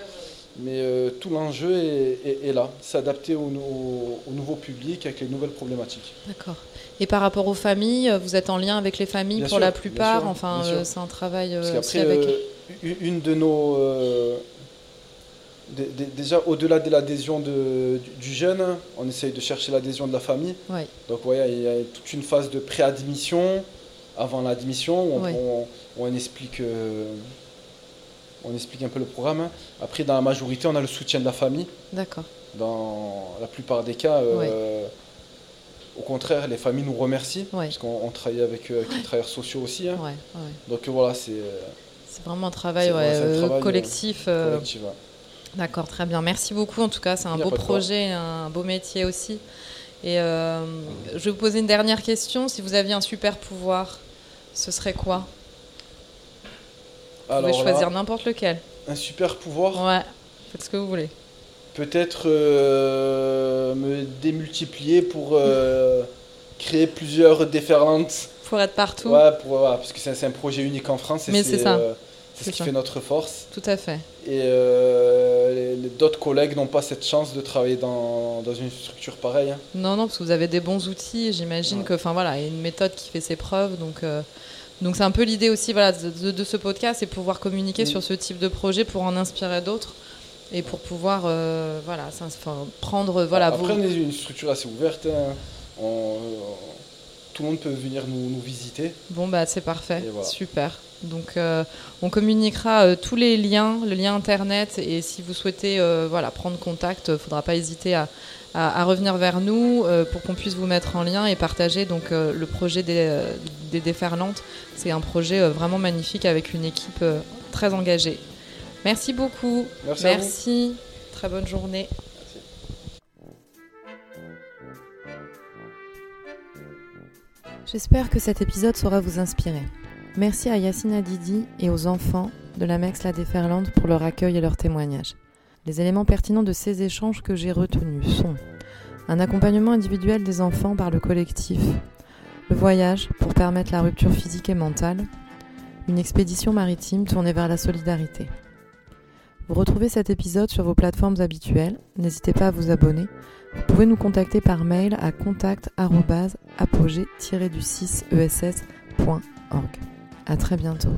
S3: mais euh, tout l'enjeu est, est- est là, s'adapter au, nou- au nouveau public avec les nouvelles problématiques.
S6: D'accord. Et par rapport aux familles, euh, vous êtes en lien avec les familles
S3: Bien
S6: pour
S3: sûr,
S6: la
S3: bien
S6: plupart.
S3: sûr,
S6: enfin,
S3: bien sûr.
S6: euh, c'est un travail euh,
S3: Parce
S6: aussi
S3: qu'après,
S6: avec.
S3: euh, u- une de nos. euh, dé- dé- déjà, au-delà de l'adhésion de- du- du jeune, on essaye de chercher l'adhésion de la famille.
S6: Ouais.
S3: Donc, voilà, il y a toute une phase de préadmission, avant l'admission, où on,
S6: Ouais.
S3: on- on explique. euh, on explique un peu le programme. hein. Après, dans la majorité, on a le soutien de la famille.
S6: D'accord.
S3: Dans la plupart des cas, euh, au contraire, les familles nous remercient.
S6: Ouais.
S3: Parce qu'on on travaille avec, euh, avec les travailleurs sociaux aussi. hein.
S6: Ouais, ouais.
S3: Donc euh, voilà, c'est euh,
S6: C'est vraiment un travail,
S3: C'est-
S6: ouais,
S3: ouais, c'est un
S6: euh,
S3: travail,
S6: collectif. euh,
S3: collectif. hein.
S6: D'accord, très bien. Merci beaucoup. En tout cas, c'est un
S3: Il y a
S6: beau
S3: pas de quoi.
S6: projet, hein. un beau métier aussi. Et euh, je vais vous poser une dernière question. Si vous aviez un super pouvoir, ce serait quoi Vous pouvez
S3: là,
S6: choisir n'importe lequel.
S3: un super pouvoir,
S6: Ouais, faites ce que vous voulez.
S3: peut-être euh, me démultiplier pour euh, créer plusieurs déferlantes.
S6: Pour être partout.
S3: Ouais, pour, voilà, parce que c'est c'est un projet unique en France. et
S6: Mais c'est ça.
S3: euh, c'est ce
S6: C'est
S3: qui
S6: ça.
S3: fait notre force.
S6: Tout à fait.
S3: Et euh, les- les- d'autres collègues n'ont pas cette chance de travailler dans, dans une structure pareille. hein.
S6: Non, non, parce que vous avez des bons outils, j'imagine
S3: Ouais.
S6: que, enfin voilà, il y a une méthode qui fait ses preuves, donc euh, donc c'est un peu l'idée aussi, voilà, de, de- de ce podcast, c'est pouvoir communiquer
S3: Mm.
S6: sur ce type de projet pour en inspirer d'autres et pour pouvoir, euh, voilà, s'ins- enfin, prendre, euh, voilà,
S3: Après,
S6: vos-
S3: on est une structure assez ouverte. hein. On- on- tout le monde peut venir nous, nous visiter.
S6: Bon bah c'est parfait,
S3: Et voilà.
S6: super. Donc euh, on communiquera euh, tous les liens, le lien internet et si vous souhaitez euh, voilà prendre contact, euh, faudra pas hésiter à, à- à revenir vers nous euh, pour qu'on puisse vous mettre en lien et partager donc euh, le projet des, euh, des déferlantes. C'est un projet euh, vraiment magnifique avec une équipe euh, très engagée. Merci beaucoup.
S3: Merci, à vous.
S6: Merci. Très bonne journée. J'espère que cet épisode saura vous inspirer. Merci à Yacine Adidi et aux enfants de la MEX La Déferlante pour leur accueil et leur témoignage. Les éléments pertinents de ces échanges que j'ai retenus sont un accompagnement individuel des enfants par le collectif, le voyage pour permettre la rupture physique et mentale, une expédition maritime tournée vers la solidarité. Vous retrouvez cet épisode sur vos plateformes habituelles, n'hésitez pas à vous abonner. Vous pouvez nous contacter par mail à E contact@apogée-du6ess.org. À très bientôt.